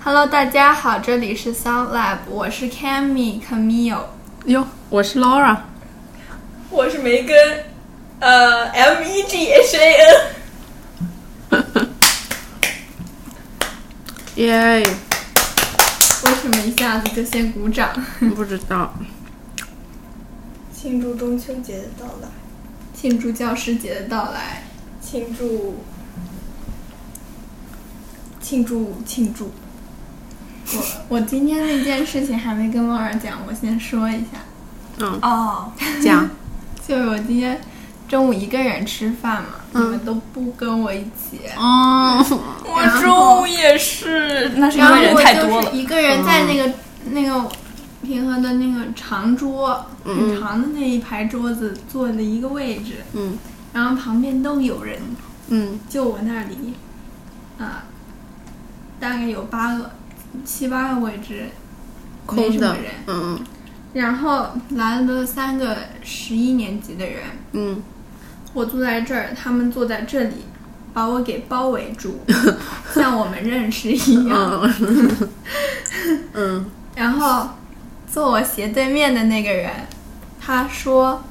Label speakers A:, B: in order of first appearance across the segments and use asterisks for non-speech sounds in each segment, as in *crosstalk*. A: Hello，大家好，这里是 Sound Lab，我是 Cammy Camille。
B: 哟，我是 Laura，
C: 我是梅根，呃，M E G H A N，
B: 耶！
A: 为什么一下子就先鼓掌？
B: 不知道，
C: 庆祝中秋节的到来，
A: 庆祝教师节的到来，
C: 庆祝
A: 庆祝庆祝！我我今天那件事情还没跟猫儿讲，我先说一下。
C: *laughs*
B: 嗯，
C: 哦，
B: 讲，
A: 就是我今天中午一个人吃饭嘛，
B: 嗯
A: 你们都不跟我一起。
B: 哦，
C: 我中午也是，那是因
A: 然后
C: 为人
A: 我
C: 太多
A: 就是
C: 了。嗯
A: 一个人在那个、那个平和的那个长桌，
C: 嗯
A: 很长的那一排桌子坐的一个位置，
B: 嗯
A: 然后旁边都有人，
B: 嗯
A: 就我那里，啊，大概有八个、七八个位置没
B: 空
A: 什么
B: 的
A: 人，，
B: 嗯
A: 然后来了三个十一年级的人，
B: 嗯
A: 我坐在这儿，他们坐在这里，把我给包围
C: *laughs*
A: 住，像我们认识一样。
B: 嗯嗯，
A: 然后坐我斜对面的那个人，他说，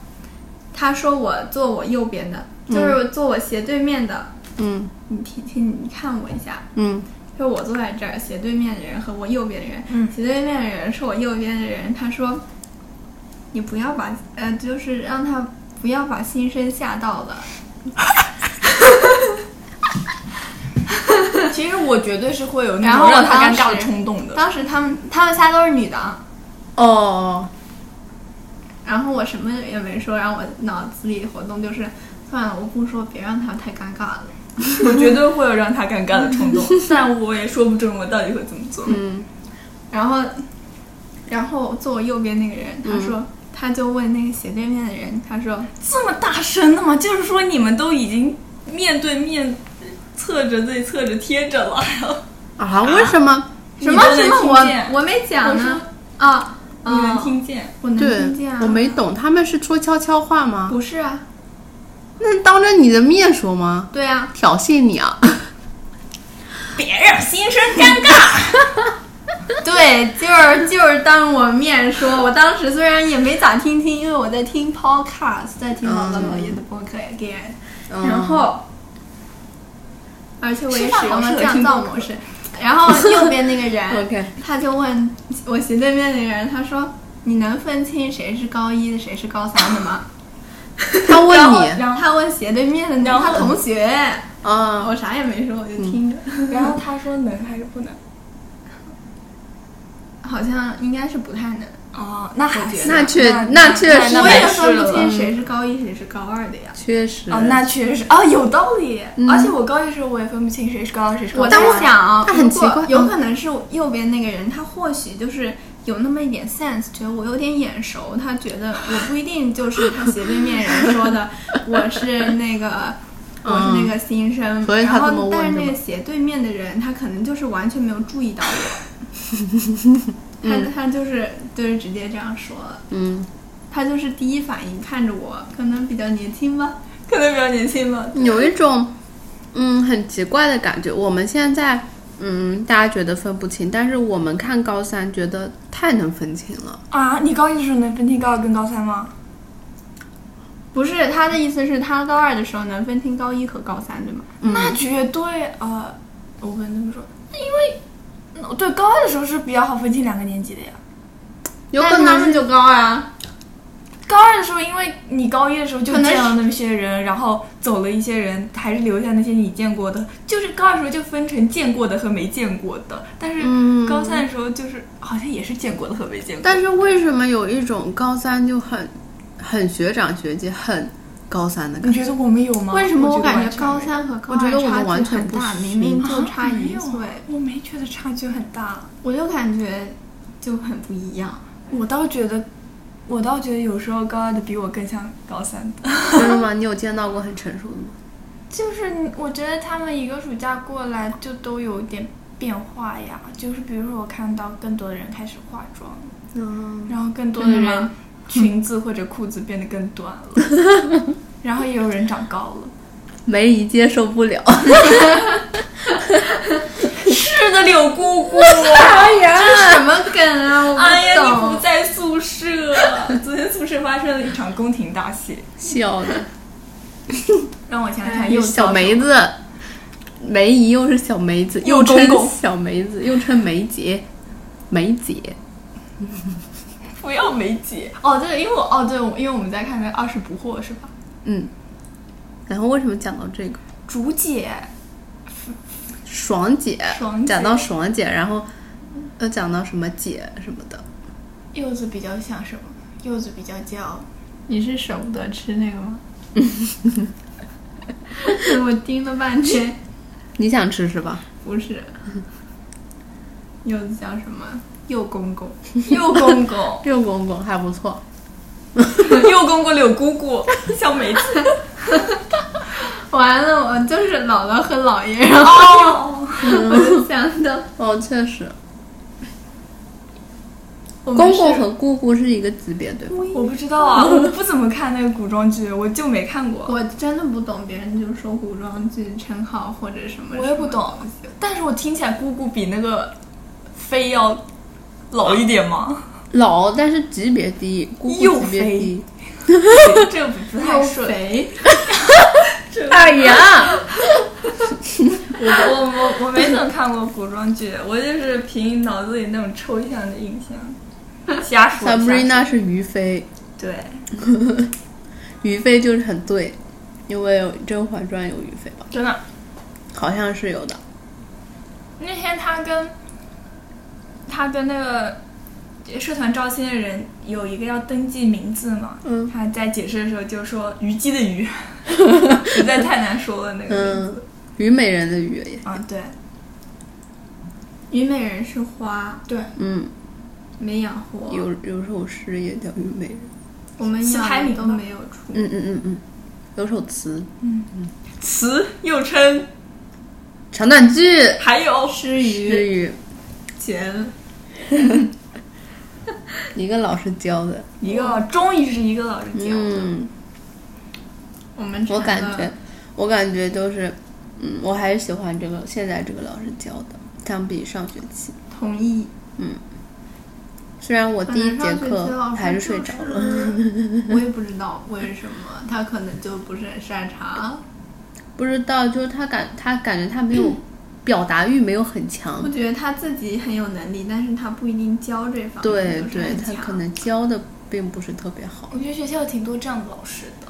A: 他说我坐我右边的，
C: 嗯
A: 就是坐我斜对面的。
B: 嗯
A: 你听听，你看我一下，
B: 嗯
A: 就是我坐在这儿，斜对面的人和我右边的人，
C: 嗯
A: 斜对面的人是我右边的人，他说，你不要把呃，就是让他不要把新生吓到了。
C: *laughs* 其实我绝对是会有
A: 然
C: 那
A: 后
C: 种
A: 我
C: 让他
A: 当
C: 尴尬的
A: 时
C: 冲动的。
A: 当时他们他们仨都是女的啊，
C: 哦，
A: 然后我什么也没说，然后我脑子里活动就是算了，我不说，别让他太尴尬了。
C: 我绝对会有让他尴尬的冲动，但我也说不准我到底会怎么做。
B: 嗯
A: 然后，然后坐我右边那个人，他说，
C: 嗯
A: 他就问那个斜对面的人，他说，
C: 这么大声的吗？就是说你们都已经面对面，侧着对侧着贴着了，然后
B: 啊，为什么？
A: 什么什
C: 你都
A: 么，
C: 能听见
A: 我我没讲呢，啊，
C: 你能
A: 哦，
C: 听见？
A: 我能
B: 对
A: 听见啊，，
B: 我没，懂，他们是说悄悄话吗？
A: 不是啊，
B: 那当着你的面说吗？
A: 对啊，
B: 挑衅你啊？
C: 别让新生尴尬。
A: 对，就是就是当我面说，我当时虽然也没咋听听，因为我在听 podcast，在听
C: 嗯
A: 老老老爷的播客 again，、
B: 嗯
A: 然后，而且我也
C: 吃饭
A: 使用
C: 好
A: 了
C: 适合
A: 降
C: 听
A: 噪
C: 播
A: 模式。然后右边那个
C: 嗯
A: 人
B: 嗯 OK
A: 他就问我斜对面那个人，他说：“你能分清谁是高一的，谁是高三的吗
C: *clears throat*
B: 他问
A: 然后？”
B: 你
A: 然后他问斜对面的那
C: 然
A: 个
C: 后嗯
A: 他同学，
B: 啊？
A: 我啥也没说，我就听着，
C: *laughs* 然后他说能还是不能？
A: 好像应该是不太能。
C: 哦，那还
A: 觉
C: 行
A: 得
B: 那确那确实
C: 那
A: 我
C: 没
A: 也
C: 事
A: 分不
C: 了。嗯
A: 清谁是高一，谁是高二的呀。
B: 确实
C: 哦，那确实是哦，有道理。而且我高一时候我也分不清谁是高二谁是
A: 嗯
C: 高
A: 我
C: 三。
A: 在想，
B: 那很奇怪嗯
A: 如果有可能是右边那个人，他或许就是有那么一点 sense，觉得我有点眼熟，他觉得我不一定就是他斜对面人说
C: *laughs*
A: 的，我是那个。我是
C: 嗯
A: 那个新生，
B: 所以他
A: 然
B: 这么
A: 后
B: 问
A: 但是
B: 是
A: 那个
B: 吗
A: 斜对面的人，他可能就是完全没有注意到我，
B: *laughs*
A: 他他就是就是直接这样说了，
B: 嗯，
A: 他就是第一反应看着我，可能比较年轻吧，
C: 可能比较年轻吧。
B: 有一种嗯很奇怪的感觉。我们现在嗯大家觉得分不清，但是我们看高三觉得太能分清了。
C: 啊，你高一时候能分清高二跟高三吗？
A: 不是他的意思是，他高二的时候能分清高一和高三，对吗？
B: 嗯
C: 那绝对呃，我不能这么说，因为嗯对高二的时候是比较好分清两个年级的呀。
B: 有
A: 但
B: 可
A: 他
B: 能
A: 们
B: 是
A: 就高啊，
C: 高二的时候，因为你高一的时候就
A: 可能
C: 见了那么些人，然后走了一些人，还是留下那些你见过的。就是高二时候就分成见过的和没见过的，但是
B: 嗯
C: 高三的时候就是、好像也是见过的和没见过的。
B: 但是为什么有一种高三就很很学长学姐很高三的感
C: 你
B: 觉？
C: 觉得我们有吗？
A: 为什么我
C: 我
A: 感觉
C: 觉得
A: 高
C: 完全没有
A: 三和高
B: 我觉
A: 二
B: 得我们
A: 差
B: 完
A: 距很
B: 全不
A: 大，
B: 是
A: 明明就
C: 啊
A: 差
C: 没
A: 一
C: 有啊
B: *laughs*
A: 岁，
C: 我没觉得差距很大，
A: 我就感觉就很不一样。
C: 我倒觉得，我倒觉得有时候高二的比我更像高三的， *laughs*
B: 真的吗？你有见到过很成熟的吗？
C: 就是我觉得他们一个暑假过来就都有点变化呀，就是比如说我看到更多的人开始化妆，
B: 嗯，
C: 然后更多
A: 真的
C: 人
A: 吗
C: 裙子或者裤子变得更
A: *laughs*
C: 短了，然后也有人长高了。
B: 梅姨接受不了。
C: *laughs* 是的柳姑
B: *laughs*
C: 姑，
B: 哎呀，
A: 这是什么梗啊？我
C: 哎呀，你
A: 不
C: 不
A: 懂。
C: 在宿舍。 *laughs* 昨天宿舍发生了一场宫廷大戏，
B: 笑的。
C: 让我想想
A: 哎
C: 看，又
B: 小梅子，梅姨又是小梅子，
C: 又
B: 又称
C: 公公
B: 小梅子，又称梅姐，梅姐。
C: 不要梅姐哦，对，因为我哦对，我因为我们在看那个《二十不惑》是吧？
B: 嗯，然后为什么讲到这个
C: 竹姐，
B: 爽姐？
C: 爽姐
B: 讲到爽姐，然后又讲到什么姐什么的。
C: 柚子比较像什么？柚子比较叫
A: 你是舍不得吃那个
C: *laughs*
A: 吗？我盯了半天，
B: 你想吃是吧？、
A: 不
C: *laughs*
A: 是。柚子叫什么？柚公公。
C: 柚公公
B: 六公公还不错。
C: *laughs* 柚公公、柳姑 *laughs* 姑、小梅子。
A: 完了，我就是姥姥和姥爷，然后
C: 哦，
B: 嗯
A: 我就想
B: *laughs*
A: 到
B: 哦，确实，
A: 我们
B: 公
A: 是
B: 公和姑姑是一个级别，对吧？
C: *laughs* 我不知道啊，我不怎么看那个古装剧，我就没看过。
A: 我真的不懂，别人就说古装剧称号或者什么，
C: 我也不懂
A: 什么东西
C: 但是我听起来姑姑比那个妃要老一点吗？
B: 老，但是级别低，姑
C: 又
B: 姑级别
C: 肥
B: 低。
C: *laughs* 这不太
A: 又
C: 顺。
A: 肥，
B: 哎 *laughs* 呀！
C: 我我我我没怎么看过古装剧，我就是凭脑子里那种抽象的印象瞎说。瞎说
B: Sabrina 是于飞，
C: 对，
B: 于飞就是很对，因为《甄嬛传》有于飞吧？
C: 真的
B: 好像是有的。
C: 那天他跟他跟那个社团招新的人有一个要登记名字嘛，
B: 嗯
C: 他在解释的时候就说“虞姬的
A: *laughs*
C: 虞”，实在太难说了那个名
B: 嗯
C: 字、，
B: 虞美人的虞
A: 嗯
B: 也，
C: 啊，对
A: 虞美人是花，
C: 对，
B: 嗯，
A: 没养活，
B: 有有首诗也叫虞美人。
A: 我们
C: 是排
A: 养
C: 名
A: 的都
C: 吗
A: 没有出，
B: 嗯嗯嗯嗯，有首词，
C: 词又称
B: 长短句，
C: 还有
A: 吃
B: 诗
A: 鱼
B: 语，
C: 简，
B: 一个老师教的。
C: 一个终于是一个老师教的。
B: 嗯，
A: 我们
B: 我
A: 成
B: 感
A: 了
B: 觉，我感觉就是，嗯，我还是喜欢这个现在这个老师教的，相比上学期。
A: 同意。
B: 虽然我第一节
A: 反正嗯上学期
B: 课
A: 老师
B: 还是睡着
A: 就
B: 了，
A: 是我也不知道为什么，他可能就不是很擅长。
B: 不知道就是他感他感觉他
A: *clears throat*
B: 没有表达欲没有很强
A: 我，觉得他自己很有能力，但是他不一定教这方面
B: 对
A: 不是
B: 对，
A: 很
B: 他
A: 强
B: 可能教的并不是特别好。
C: 我觉得学校有挺多这样的老师的，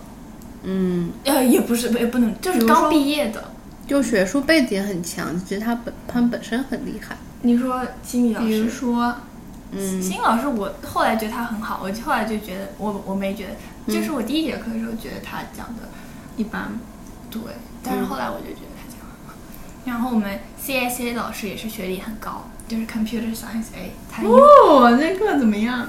B: 嗯，
C: 呃，也不是，也不能，就
A: 比
C: 是
A: 如说
C: 刚毕业的。
B: 就学术背景很强，其实他本他们本身很厉害。
C: 你说心理老
A: 比如
C: 师，
A: 说，
B: 嗯
C: 新老师，我后来觉得他很好，我后来就觉得我我没觉
B: 嗯
C: 得，就是我第一节课的时候觉得他讲的
A: 一般
C: 对，
B: 嗯
C: 但是后来我就觉得他讲得很好。然后我们 CSA 老师也是学历很高，就是 Computer Science A，他英
A: 哦，那课怎么样？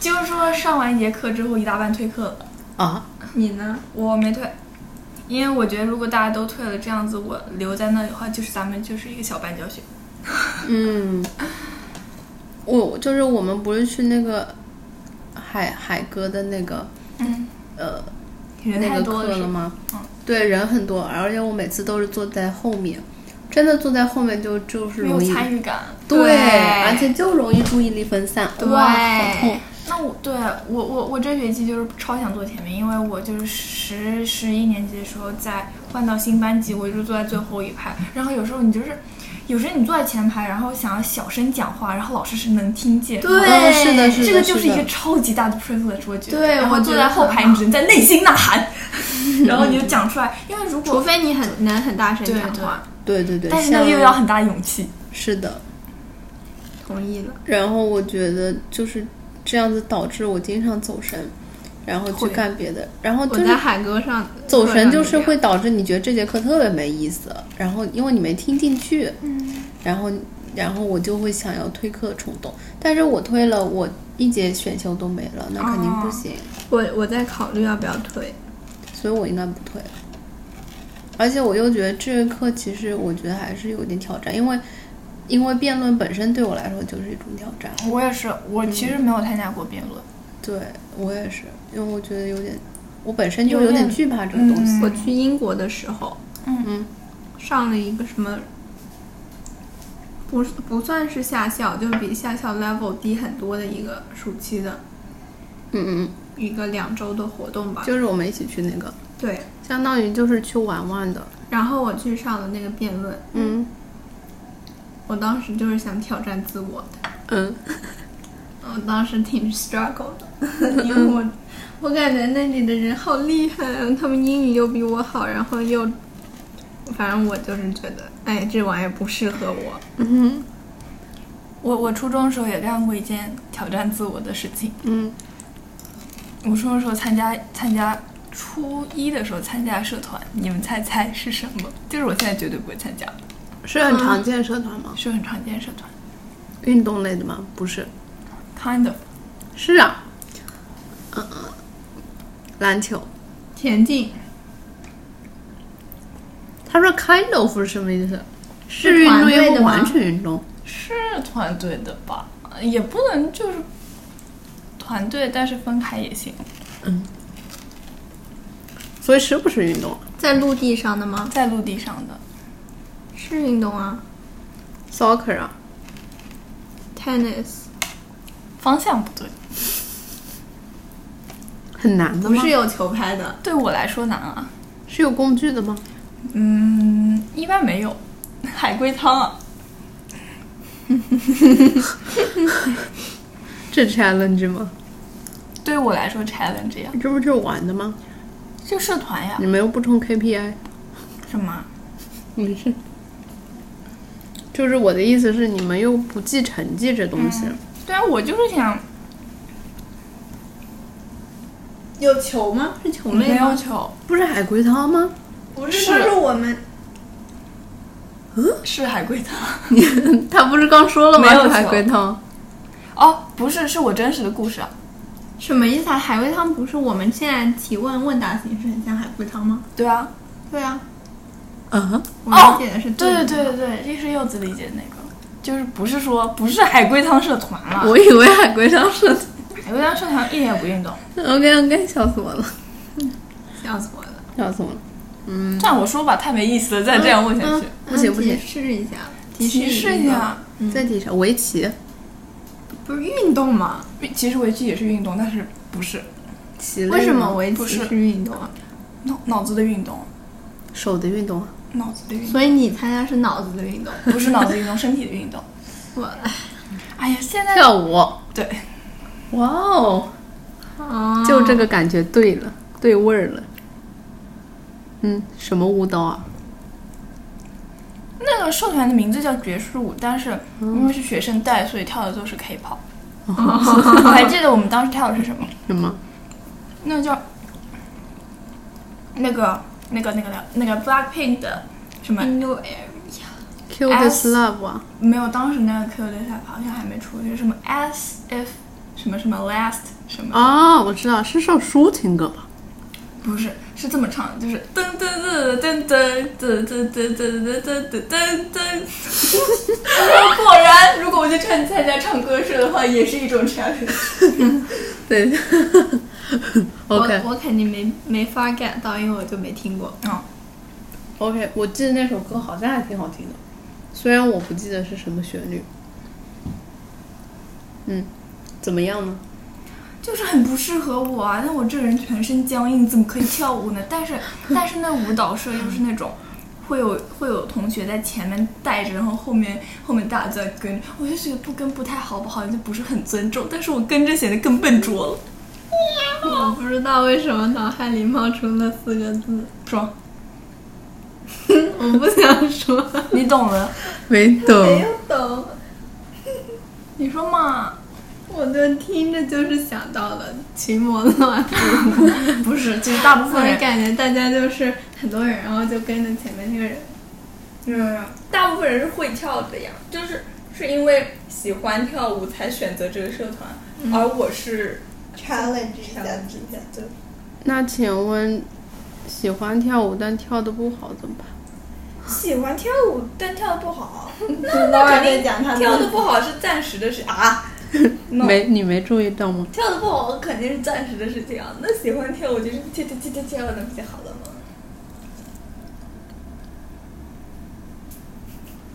C: 就是说上完一节课之后一大半退课了，
B: 啊，
A: 你呢？
C: 我没退。因为我觉得，如果大家都退了，这样子我留在那里的话，就是咱们就是一个小班教学。
B: 嗯，我就是我们不是去那个海海哥的那个
C: 嗯，
B: 呃
C: 人
B: 那
C: 太
B: 个
C: 多
B: 课
C: 了是
B: 了
C: 吧，
B: 吗？
C: 嗯
B: 对，人很多，而且我每次都是坐在后面，真的坐在后面就就是
C: 没有
B: 容易
C: 参与感。
B: 对，而且就容易注意力分散，
A: 对
B: 哇，好痛。
C: 那我对我我我这学期就是超想坐前面，因为我就是十十一年级的时候在换到新班级，我就坐在最后一排。然后有时候你就是，有时候你坐在前排，然后想要小声讲话，然后老师是能听见的。
A: 对
B: 嗯，是的，是的，
C: 这个就是一
B: 的
C: 个超级大的 privilege，我觉得。
A: 对
C: 然后
A: 我觉
C: 坐
A: 得
C: 在后
A: 很
C: 排，
A: 好
C: 你只能在内心
A: *laughs*
C: 呐喊，然后你就讲出来。因为如
A: 除
C: 果
A: 非你很能很大声
C: 对
A: 讲
C: 对
A: 话，
B: 对对对，
C: 但是那
B: 像
C: 又要很大的勇气。
B: 是的。
A: 同意了。
B: 然后我觉得就是这样子导致我经常走神，然后去
C: 会
B: 干别的，然后
A: 我
B: 就是
A: 在海哥上
B: 走神就
A: 课
B: 是
A: 上
B: 会导致你觉得这节课特别没意思，然后因为你没听进去，然后然后我就会想要推课冲动，但是我推了，我一节选修都没了，那肯定不
C: 哦
B: 行，
A: 我我在考虑要不要退。
B: 所以我应该不退了。而且我又觉得这个课其实我觉得还是有点挑战，因为因为辩论本身对我来说就是一种挑战。
C: 哦我也是，我其实没有参加过辩论。
B: 对我也是，因为我觉得有点，我本身就
C: 有
B: 有
C: 点
B: 点惧怕这个东西。
C: 嗯
A: 我去英国的时候，
C: 嗯
B: 嗯，
A: 上了一个什么，不是不算是夏校，就是比夏校 level 低很多的一个暑期的
B: 嗯嗯，
A: 一个两周的活动吧。
B: 就是我们一起去那个，
A: 对，
B: 相当于就是去玩玩的。
A: 然后我去上了那个辩论，
B: 嗯
A: 我当时就是想挑战自我的，
B: 嗯，
A: 我当时挺 struggle 的，因为我我感觉那里的人好厉害啊，他们英语又比我好，然后又，反正我就是觉得，哎，这玩意儿不适合我。
B: 嗯
C: 我我初中的时候也干过一件挑战自我的事情。
B: 嗯
C: 我初中的时候参加参加初一的时候参加社团，你们猜猜是什么？就是我现在绝对不会参加，
B: 是很常见社团吗？
C: 是很常见社团
B: 运动类的吗？不是，
C: ，kind of
B: 是啊，嗯嗯，篮球。
A: 田径
B: 他说 kind of 是什么意思？是运
A: 团
B: 动
A: 队
B: 又
A: 的
B: 不
A: 吗
B: 完全运动。
C: 是团队的吧，也不能就是团队，但是分开也行，
B: 所以是不是运动啊？
A: 在陆地上的吗？
C: 在陆地上的
A: 是运动啊
B: soccer 啊，
A: ，tennis
C: 方向不对，
B: 很难的
A: 不
B: 吗？
A: 是有球拍的，
C: 对我来说难啊。
B: 是有工具的吗？
C: 嗯，一般没有，海龟汤啊，
B: 这 challenge 吗？
C: 对我来说 challenge 呀，
B: 这不就是玩的吗？
C: 就社团呀，
B: 你们又不冲 KPI，
C: 什么？
B: 没事。就是我的意思是，你们又不记成绩这东西，
C: 对啊，我就是想
A: 有球吗？是球
C: 没
A: 类
C: 有
A: 吗？
C: 球，
B: 不是海龟汤吗？ *laughs*
A: 不
C: 是
A: 它是我们
C: 是海龟汤。
B: 他不是刚说了吗？
C: 没有
B: 是海
C: 球
B: 龟汤，
C: 哦，不是，是我真实的故事啊。
A: 什么意思啊？海龟汤不是我们现在提问问答形式很像海龟汤吗？
C: 对啊，
A: 对啊，
B: 嗯，
A: 我理解的是
C: 对
A: 的
C: 对对对对，这是柚子理解的那个，就是不是说不是海龟汤社团了，
B: *laughs* 我以为海龟汤是。
C: 海龟汤社团一点也不运动。
B: OK OK，笑死我了，
A: 笑死我了。
B: 笑死我了。
A: 嗯
C: 这样我说吧，太没意思了，再这样问下去。
B: 不行不行
A: 解释一下，提
C: 提示一下，
B: 再提一下围棋、
A: 不是运动吗？
C: 其实围棋也是运动，但是不是
B: 棋类
A: 为什
B: 的
A: 么围
C: 不
A: 棋
C: 是
A: 是运动啊？
C: 脑脑子的运动，
B: 手的运动啊？
C: 脑子的运
A: *laughs*
C: 动
A: 所以你参加是脑子的运动。
C: 不是脑子运动，身体的运动。
A: 我
C: 哎呀，现在
B: 跳舞。
C: 对啊
B: 哇哦，
A: 哦，
B: 就这个感觉对了，对味儿了。嗯，什么舞蹈啊？
C: 那个社团的名字叫爵士舞，但是因为是学生带，所以跳的都是 K-pop。我
A: 哦
C: *laughs* 还记得我们当时跳的是什么。
B: 什么？
C: 那个叫那个那个那个那个 Blackpink 的什么？
A: Indo 哦 area
B: Q 的
C: S
B: Slab 啊，
C: 没有，当时那个 Q 的 l 好像还没出，就是什么 S F 什么什么 Last 什么？
B: 哦，我知道，是首抒情歌吧？
C: 不是，是这么唱的，就是噔噔噔噔噔噔噔噔噔噔噔噔噔。 *laughs* 果然，如果我去参参加唱歌社的话，也是一种 challenge。
B: 对 *laughs* ，OK
A: 我我肯定没没法 get 到，因为我就没听过。
C: 哦，
B: OK，我记得那首歌好像还挺好听的，虽然我不记得是什么旋律。嗯，怎么样呢？
C: 就是很不适合我啊！那我这人全身僵硬，怎么可以跳舞呢？ *laughs* 但是，但是那舞蹈社又是那种，会有会有同学在前面带着，然后后面后面大家在跟着，我就觉得不跟不太好吧，好像就不是很尊重。但是我跟着显得更笨拙了，
A: 我不知道为什么脑海里冒出那四个字，
C: 爽，
A: 我不想说，
C: 你懂了？
B: 没
A: 没
B: 懂
A: 有懂，
C: 你说嘛？ *laughs*
A: 我就听着就是想到了群魔乱舞，
C: 不是，其实大部
A: 所
C: 分
A: 以
C: 人，
A: 感觉大家就是很多人，然后就跟着前面那个人。
C: 嗯，大部分人是会跳的呀，就是是因为喜欢跳舞才选择这个社团，而我是
A: 嗯 challenge 一下自己，对，
B: 那请问，喜欢跳舞但跳的不好怎么办？
C: 喜欢跳舞，但跳的不好。
A: 那那肯定讲他
C: 跳的不好是暂时的事啊，No
B: 没，你没注意到吗？
C: 跳的不好肯定是暂时的事情啊。那喜欢跳舞就是跳跳跳跳跳，那不就好了吗？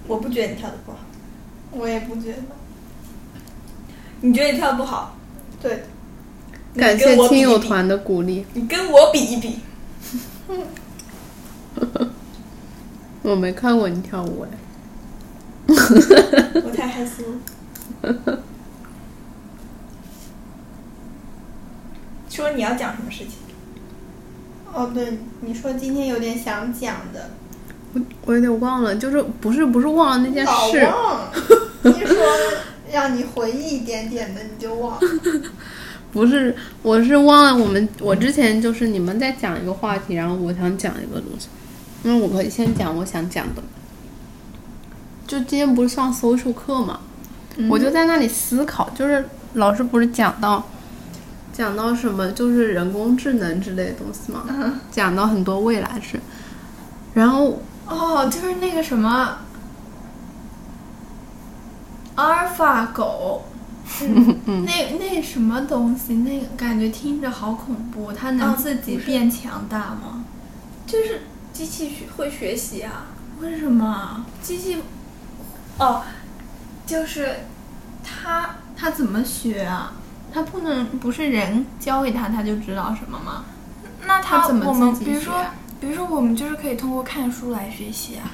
D: 我不觉得你跳的不好，
C: 我也不觉得。
D: 你觉得你跳的不好，
C: 对，
D: 你
B: 感谢
D: 跟我比
B: 亲
D: 一
B: 友
D: 比，
B: 团的鼓励，
D: 你跟我比一比，
B: 我没看过你跳舞哎。
D: 我太害羞了。说你要讲什么事情？
C: 哦对，
A: 你说今天有点想讲的，
B: 我我有点忘了，就是不是不是忘了那件
A: 老
B: 事，
A: 忘，一说让你回忆一点点的，你就忘。
B: 不是我是忘了我们我之前就是你们在讲一个话题，然后我想讲一个东西，那我可以先讲我想讲的。就今天不是上 social 课嘛，
D: 嗯
B: 我就在那里思考，就是老师不是讲到讲到什么，就是人工智能之类的东西嘛，
D: 嗯
B: 讲到很多未来事，然后
A: 哦，就是那个什么，阿尔法狗，那那什么东西，那个感觉听着好恐怖。它能
D: 啊
A: 自己变强大吗？
D: 就是机器学会学习啊。
A: 为什么？机器
D: 哦，就是它
A: 它怎么学啊？它不能不是人教给它，它就知道什么吗？
C: 那他
A: 他怎么
C: 我们
A: 自己
C: 比如
A: 学
C: 说
A: 啊，
C: 比如说我们就是可以通过看书来学习啊，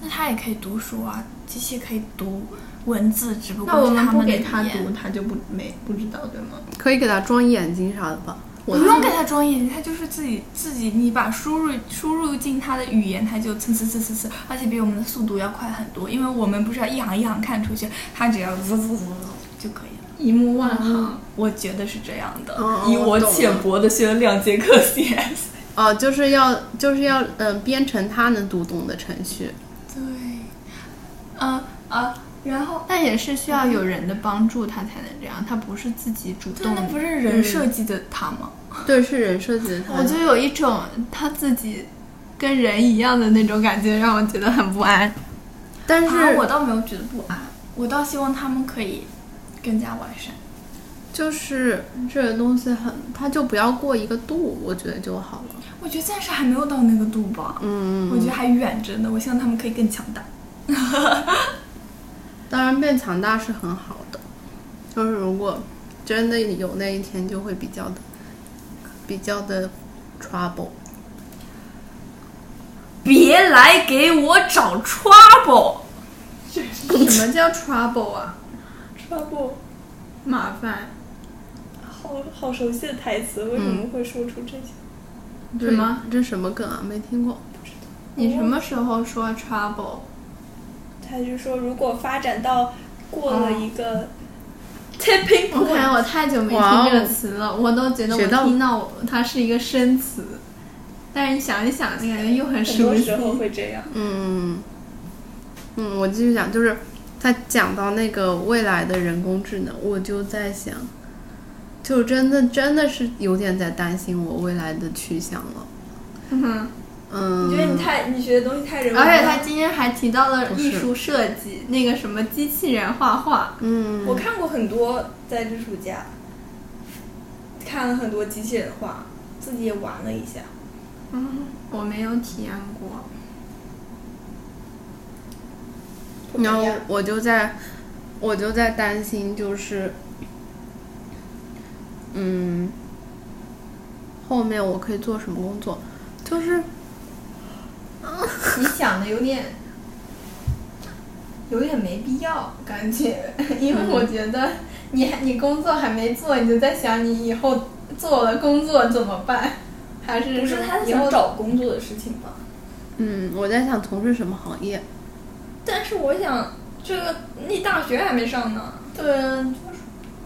C: 那他也可以读书啊，机器可以读文字，只不过
A: 那我
C: 是
A: 们
C: 他
A: 不
C: 们的
A: 给它
C: 语言
A: 读，它就不没不知道对吗？
B: 可以给他装眼睛啥的吧，
C: 不
D: 嗯
C: 用给他装眼睛，他就是自己自己，你把输入输入进他的语言，他就呲呲呲呲呲，而且比我们的速度要快很多，因为我们不是要一行一行看出去，他只要滋滋滋滋就可以了。
A: 一目万行。
C: 我觉得是这样的，
B: 哦
D: 以我
B: 懂了
D: 浅薄的学了两节课 CS，
B: 哦，就是要就是要嗯、呃编程他能读懂的程序，
C: 对，啊啊，然后
A: 但也是需要有人的帮助，他才能这样。他不是自己主
C: 对，
A: 动
C: 那不是人设计的他吗？
B: 对，是人设计的他。
A: 嗯我就有一种他自己跟人一样的那种感觉，让我觉得很不安。
B: 但是、
C: 啊，我倒没有觉得不安，我倒希望他们可以更加完善。
B: 就是这个东西很，它就不要过一个度，我觉得就好了。
C: 我觉得暂时还没有到那个度吧，
B: 嗯，
C: 我觉得还远着呢。我希望他们可以更强大。
B: 当然变强大是很好的，就是如果真的有那一天，就会比较的比较的 trouble。
D: 别来给我找 trouble。
A: 什么叫 trouble 啊？
D: trouble，
A: 麻烦？
D: 好好熟悉的台词，为什么会说出这些？
B: 这
A: 什么？
B: 这什么梗啊？没听过。
A: 你什么时候说 trouble？
C: 嗯
D: 他就说，如果发展到过
C: 啊
D: 了一个 tipping
A: 我
D: point，、
A: 看我太久没
B: 哇
A: 听
B: 哦
A: 这个词了，我都觉得
B: 学到
A: 我听到它是一个生词，但是你想一想，那个人又很
D: 很多
A: 熟悉
D: 时。候会这样。
B: 嗯嗯，我继续讲，就是他讲到那个未来的人工智能，我就在想，就真的真的是有点在担心我未来的去向了。
A: 嗯哼
B: 嗯，
D: 你觉得你太你学的东西太人文
A: 而
D: 了，
A: 且他今天还提到了
B: 不是
A: 艺术设计，那个什么机器人画画，
B: 嗯，
D: 我看过很多在这暑假，看了很多机器人画，自己也玩了一下。
A: 嗯，我没有体验过。
D: 会
B: 然
D: 怎
B: 后
D: 样
B: 我就在，我就在担心，就是，嗯，后面我可以做什么工作？就是
A: 你想的有点，有点没必要感觉，因为
D: 嗯
A: 我觉得你还你工作还没做，你就在想你以后做了工作怎么办，还是
D: 不是他
A: 以
D: 想
A: 后
D: 找工作的事情吧？
B: 嗯，我在想从事什么行业？
D: 但是我想，这个你大学还没上呢，
A: 对，啊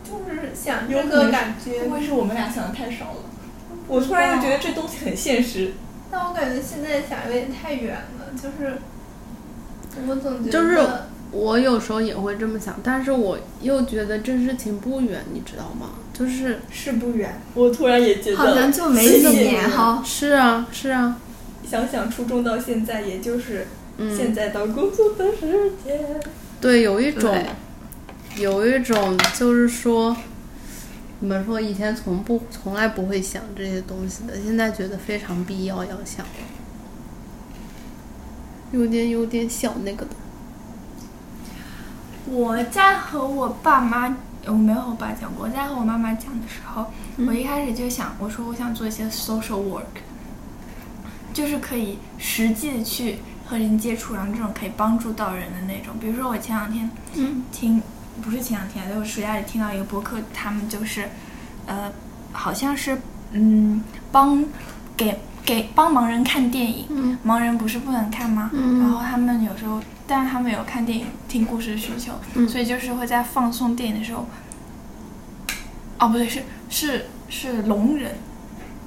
A: 就是就是想
D: 有
A: 这
D: 可能
A: 个
D: 是
A: 感觉
D: 会。不会是我们俩想的太少了？我突然又觉得这东西很现实。
A: 但我感觉现在想有点太远了，就是我总觉得
B: 就是我有时候也会这么想，但是我又觉得这事情不远，你知道吗？就是
D: 是不远，我突然也觉得
A: 好像就没
D: 自己
A: 几年哈。
B: 是啊，是啊，
D: 想想初中到现在，也就是
B: 嗯，
D: 现在到工作的时间。
B: 对，有一种
A: 对，
B: 有一种就是说，你们说以前从不从来不会想这些东西的，现在觉得非常必要要想了，有点有点小那个的，
C: 我在和我爸妈，我没有和我爸讲过，我在和我妈妈讲的时候，
D: 嗯
C: 我一开始就想，我说我想做一些 social work，就是可以实际的去和人接触，然后这种可以帮助到人的那种。比如说我前两天
A: 嗯
C: 听，不是前两天，就是暑假里听到一个博客，他们就是，呃，好像是嗯帮给给帮盲人看电影，
B: 嗯
C: 盲人不是不能看吗？
B: 嗯
C: 然后他们有时候，但是他们有看电影、听故事的需求，
B: 嗯
C: 所以就是会在放送电影的时候，哦，不对，是是是聋人，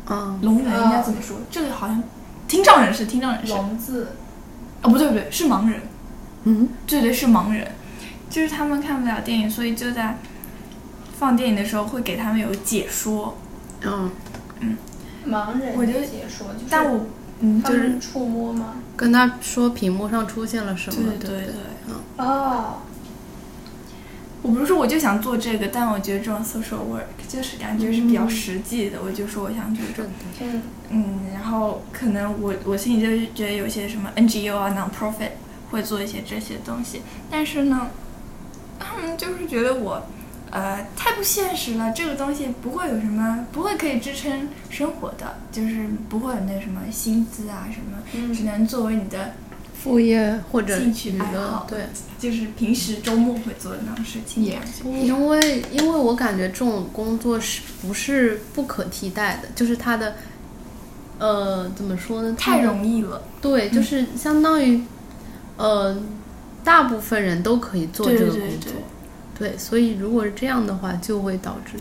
B: 啊，
C: 聋人应该怎么说？
B: 嗯
C: 这个好像听障人士，听障人士，
D: 聋子
C: 哦，不对不对，是盲人，
B: 嗯，
C: 对对是盲人，就是他们看不了电影，所以就在放电影的时候会给他们有解说，
B: 嗯，
D: 盲人
C: 我觉得
D: 的解说，就是
C: 但我嗯
D: 他
C: 就是
D: 们触摸吗？
B: 跟他说屏幕上出现了什
C: 对
B: 么，
C: 对
B: 对
C: 对
B: 不
C: 对。
D: 哦，
C: 我不是说我就想做这个，但我觉得这种 social work 就是感觉是比较实际的。我就说我想去
B: 是
C: 做
B: 的，
D: 嗯，
C: 嗯，然后可能我我心里就是觉得有些什么 NGO 啊、non-profit 会做一些这些东西，但是呢，他们就是觉得我呃太不现实了，这个东西不会有什么，不会可以支撑生活的，就是不会有那什么薪资啊什么，
B: 嗯
A: 嗯
C: 只能作为你的
B: 副业或者
C: 兴趣
B: 娱
C: 爱
B: 乐
C: 好，
B: 对。
C: 就是平时周末会做的那种事情这样子。
B: 因为因为我感觉这种工作是不是不可替代的，就是它的，呃，怎么说呢？它的
C: 太容易嗯了，
B: 对，就是相当于，呃，大部分人都可以做
C: 对
B: 这个
C: 对
B: 工作
C: 对，
B: 对，所以如果是这样的话，就会导致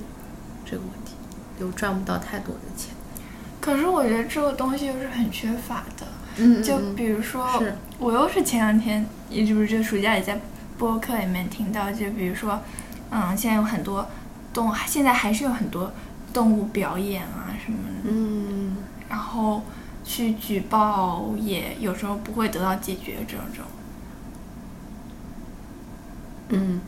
B: 这个问题，就赚不到太多的钱。
C: 可是我觉得这个东西又是很缺乏的，
B: 嗯，
C: 就
B: 嗯
C: 比如说，
B: 嗯是
C: 我又是前两天，也就是这暑假也在播客里面听到，就比如说，嗯，现在有很多动物，现在还是有很多动物表演啊什么的，
B: 嗯
C: 然后去举报也有时候不会得到解决这种。
B: 嗯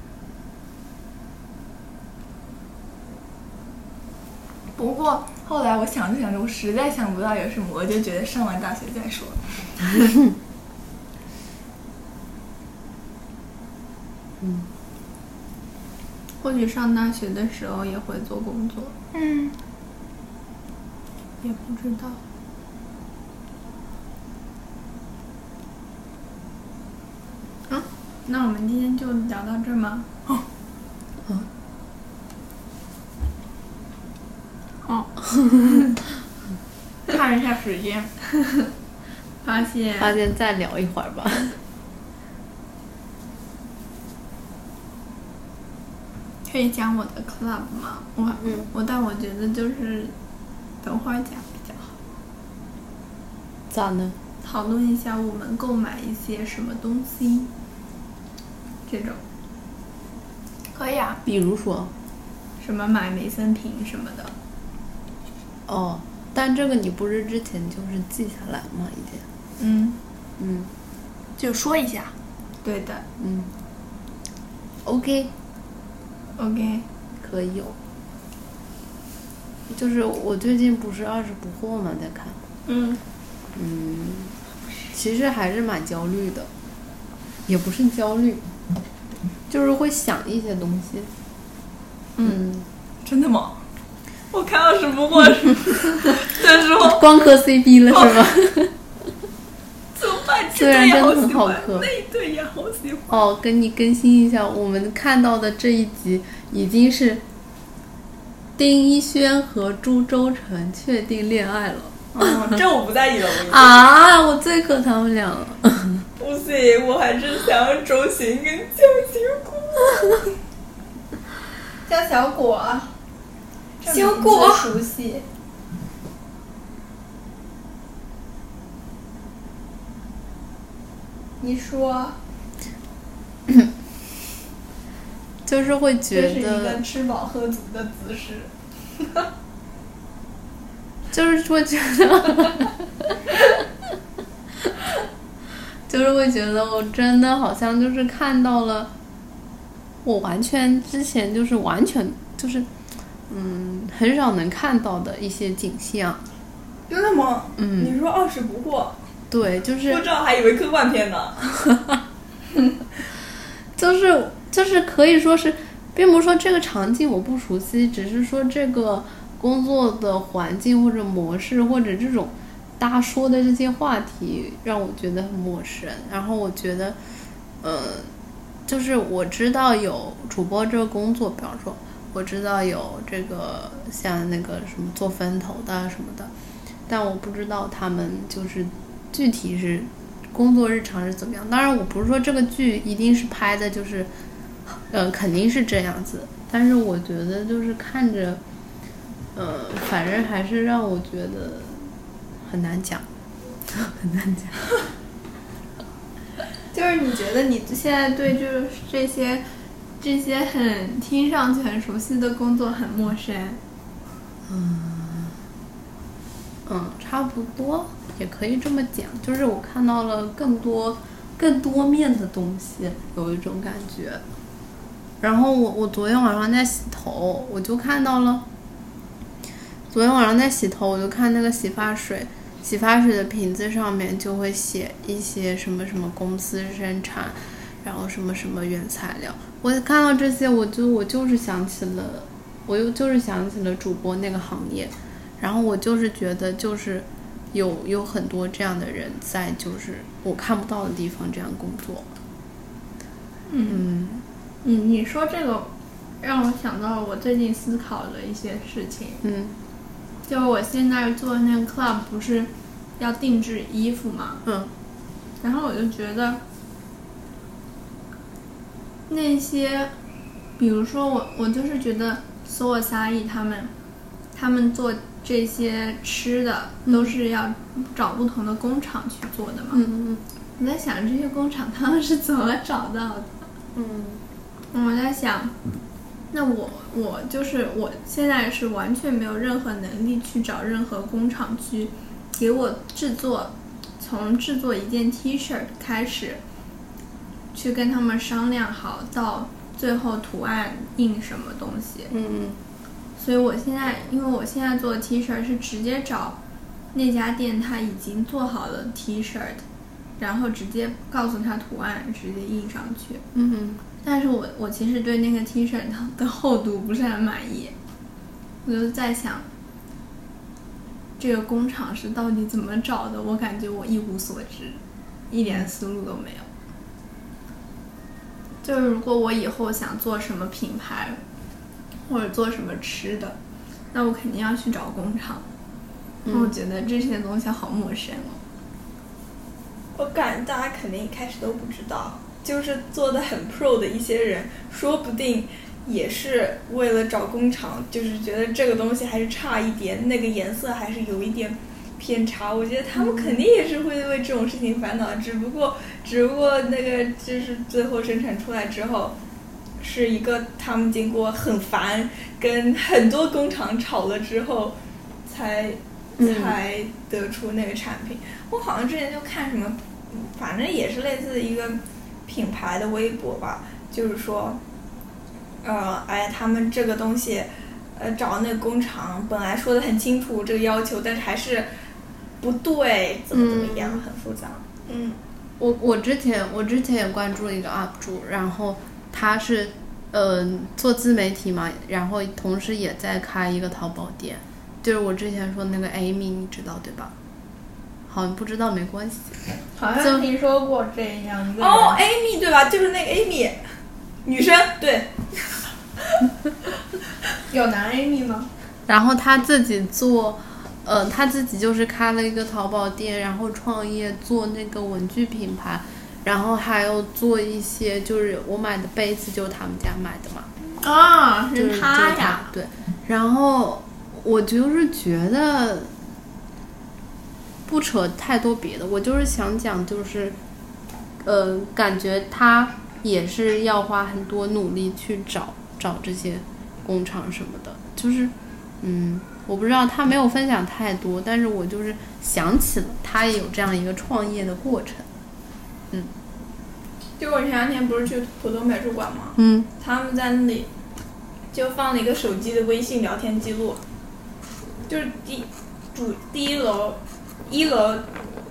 C: 不过后来我想着想着，我实在想不到有什么，我就觉得上完大学再说。
A: 或许上大学的时候也会做工作，
C: 嗯，
A: 也不知道。嗯，那我们今天就聊到这儿吗？
C: 哦
B: 嗯
A: 哦，
C: 看了一下时间，
A: *laughs* 发现
B: 发现再聊一会儿吧。
A: 可以讲我的 club 吗？我、
B: 嗯
A: 我但我觉得就是等会儿讲比较好，
B: 咋呢？
A: 讨论一下我们购买一些什么东西，这种
C: 可以啊。
B: 比如说，
A: 什么买梅森瓶什么的，
B: 哦，但这个你不是之前就是记下来吗？已经，
A: 嗯，
B: 嗯。
C: 就说一下。
A: 对的
B: 嗯，OK，
A: ，OK，
B: 可以有。就是我最近不是二十不惑嘛，在看，
A: 嗯，
B: 嗯，其实还是蛮焦虑的，也不是焦虑，就是会想一些东西。嗯，
C: 真的吗？我看到什么我在说
B: 嗯光磕 CP 了是吗？
C: 怎么
B: *laughs*
C: 办？
B: 虽然
C: 这 *laughs*
B: 啊真
C: 对也
B: 的
C: 好
B: 很
C: 喜
B: 好
C: 欢，
B: 磕
C: 那一对也好喜欢。
B: 哦，跟你更新一下，我们看到的这一集已经是丁一轩和朱周成确定恋爱了
D: 这我不在意了，我跟你说
B: 啊！我最磕他们俩了。
D: 不行，我还是想要周行跟叫小果，叫小果，小果熟悉。你说，
B: 就是会觉
D: 这是一
B: 得
D: 个，吃饱喝足的姿势。
B: 就是会觉得， *laughs* 就是会觉得，我真的好像就是看到了，我完全之前就是完全就是，嗯，很少能看到的一些景象。
D: 真的吗？
B: 嗯
D: 你说二十不惑，
B: 对，就是
D: 知道还以为科幻片呢。
B: 就是就是可以说是，并不是说这个场景我不熟悉，只是说这个工作的环境或者模式或者这种大家说的这些话题让我觉得很陌生。然后我觉得，呃，就是我知道有主播这个工作，比方说我知道有这个像那个什么做分头的啊什么的，但我不知道他们就是具体是工作日常是怎么样。当然，我不是说这个剧一定是拍的，就是，呃，肯定是这样子。但是我觉得就是看着，呃，反正还是让我觉得很难讲， *laughs* 很难讲。
A: 就是你觉得你现在对就是这些这些很听上去很熟悉的工作很陌生，
B: 嗯，差不多也可以这么讲，就是我看到了更多、更多面的东西，有一种感觉。然后我我昨天晚上在洗头，我就看到了，昨天晚上在洗头，我就看那个洗发水，洗发水的瓶子上面就会写一些什么什么公司生产，然后什么什么原材料。我看到这些，我就我就是想起了，我又就是想起了主播那个行业。然后我就是觉得，就是有有很多这样的人在，就是我看不到的地方这样工作。嗯
A: 你你说这个让我想到我最近思考的一些事情，
B: 嗯
A: 就是我现在做的那个 club 不是要定制衣服嘛，
B: 嗯
A: 然后我就觉得，那些，比如说我，我就是觉得所有沙溢他们，他们做这些吃的都是要找不同的工厂去做的嘛。
B: 嗯
A: 我在想这些工厂他们是怎么找到的？
B: 嗯
A: 我在想，那我我就是我现在是完全没有任何能力去找任何工厂去给我制作，从制作一件 T 恤开始，去跟他们商量好到最后图案印什么东西。
B: 嗯
A: 所以我现在，因为我现在做 T 恤是直接找那家店他已经做好了 T 恤，然后直接告诉他图案，直接印上去。
B: 嗯
A: 但是我我其实对那个 T 恤它的厚度不是很满意，我就在想，这个工厂是到底怎么找的？我感觉我一无所知，一点思路都没有。就是如果我以后想做什么品牌，或者做什么吃的，那我肯定要去找工厂。
B: 嗯
A: 那我觉得这些东西好陌生哦。
C: 我感觉大家肯定一开始都不知道，就是做的很 pro 的一些人，说不定也是为了找工厂，就是觉得这个东西还是差一点，那个颜色还是有一点偏差。我觉得他们肯定也是会为这种事情烦恼，只不过只不过那个就是最后生产出来之后。是一个他们经过很烦，跟很多工厂吵了之后，才
B: 嗯
C: 才得出那个产品。我好像之前就看什么，嗯反正也是类似一个品牌的微博吧，就是说，呃，哎，他们这个东西，呃，找那个工厂本来说的很清楚这个要求，但是还是不对，怎么怎么样，很复杂。嗯，
B: 我我之前我之前也关注一个 UP 主，然后他是嗯、呃、做自媒体嘛，然后同时也在开一个淘宝店，就是我之前说那个 Amy，你知道对吧？好，你不知道没关系。
E: 好
B: 就
E: 像听说过这样的
C: 哦，Amy 对吧？就是那个 Amy，女生对，
A: 有男 Amy 吗？
B: 然后他自己做，呃，他自己就是开了一个淘宝店，然后创业做那个文具品牌，然后还有做一些就是我买的杯子就是他们家买的嘛，
A: 啊、
B: 就是是
A: 他
B: 就是
A: 呀。
B: 对。然后我就是觉得不扯太多别的，我就是想讲就是，呃，感觉他也是要花很多努力去找找这些工厂什么的，就是嗯。我不知道他没有分享太多，但是我就是想起了他也有这样一个创业的过程。
C: 就我前两天不是去浦东美术馆吗？
B: 嗯
C: 他们在那里就放了一个手机的微信聊天记录，就是第主第一楼，一楼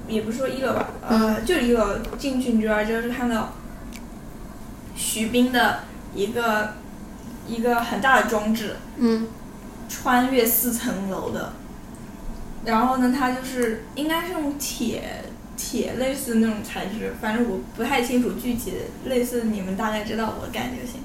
C: 也不是说一楼吧，呃，就是一楼进去你主要就是看到徐冰的一个一个很大的装置，
B: 嗯
C: 穿越四层楼的。然后呢，它就是应该是用铁铁类似那种材质，反正我不太清楚具体的，类似你们大概知道我的感觉行。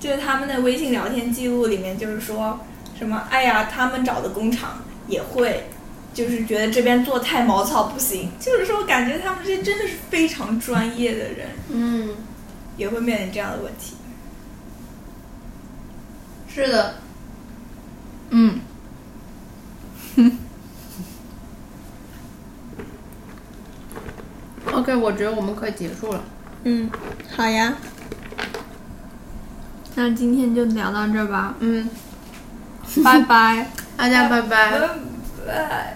C: 就是他们的微信聊天记录里面，就是说什么，哎呀，他们找的工厂也会，就是觉得这边做太毛糙不行，就是说感觉他们这真的是非常专业的人，
B: 嗯，
C: 也会面临这样的问题。
B: 是的，
F: 嗯，
B: OK，我觉得我们可以结束了。
A: 嗯，好呀。那今天就聊到这儿吧，
B: 嗯，
A: 拜拜。
B: 大家拜拜。
C: 呃，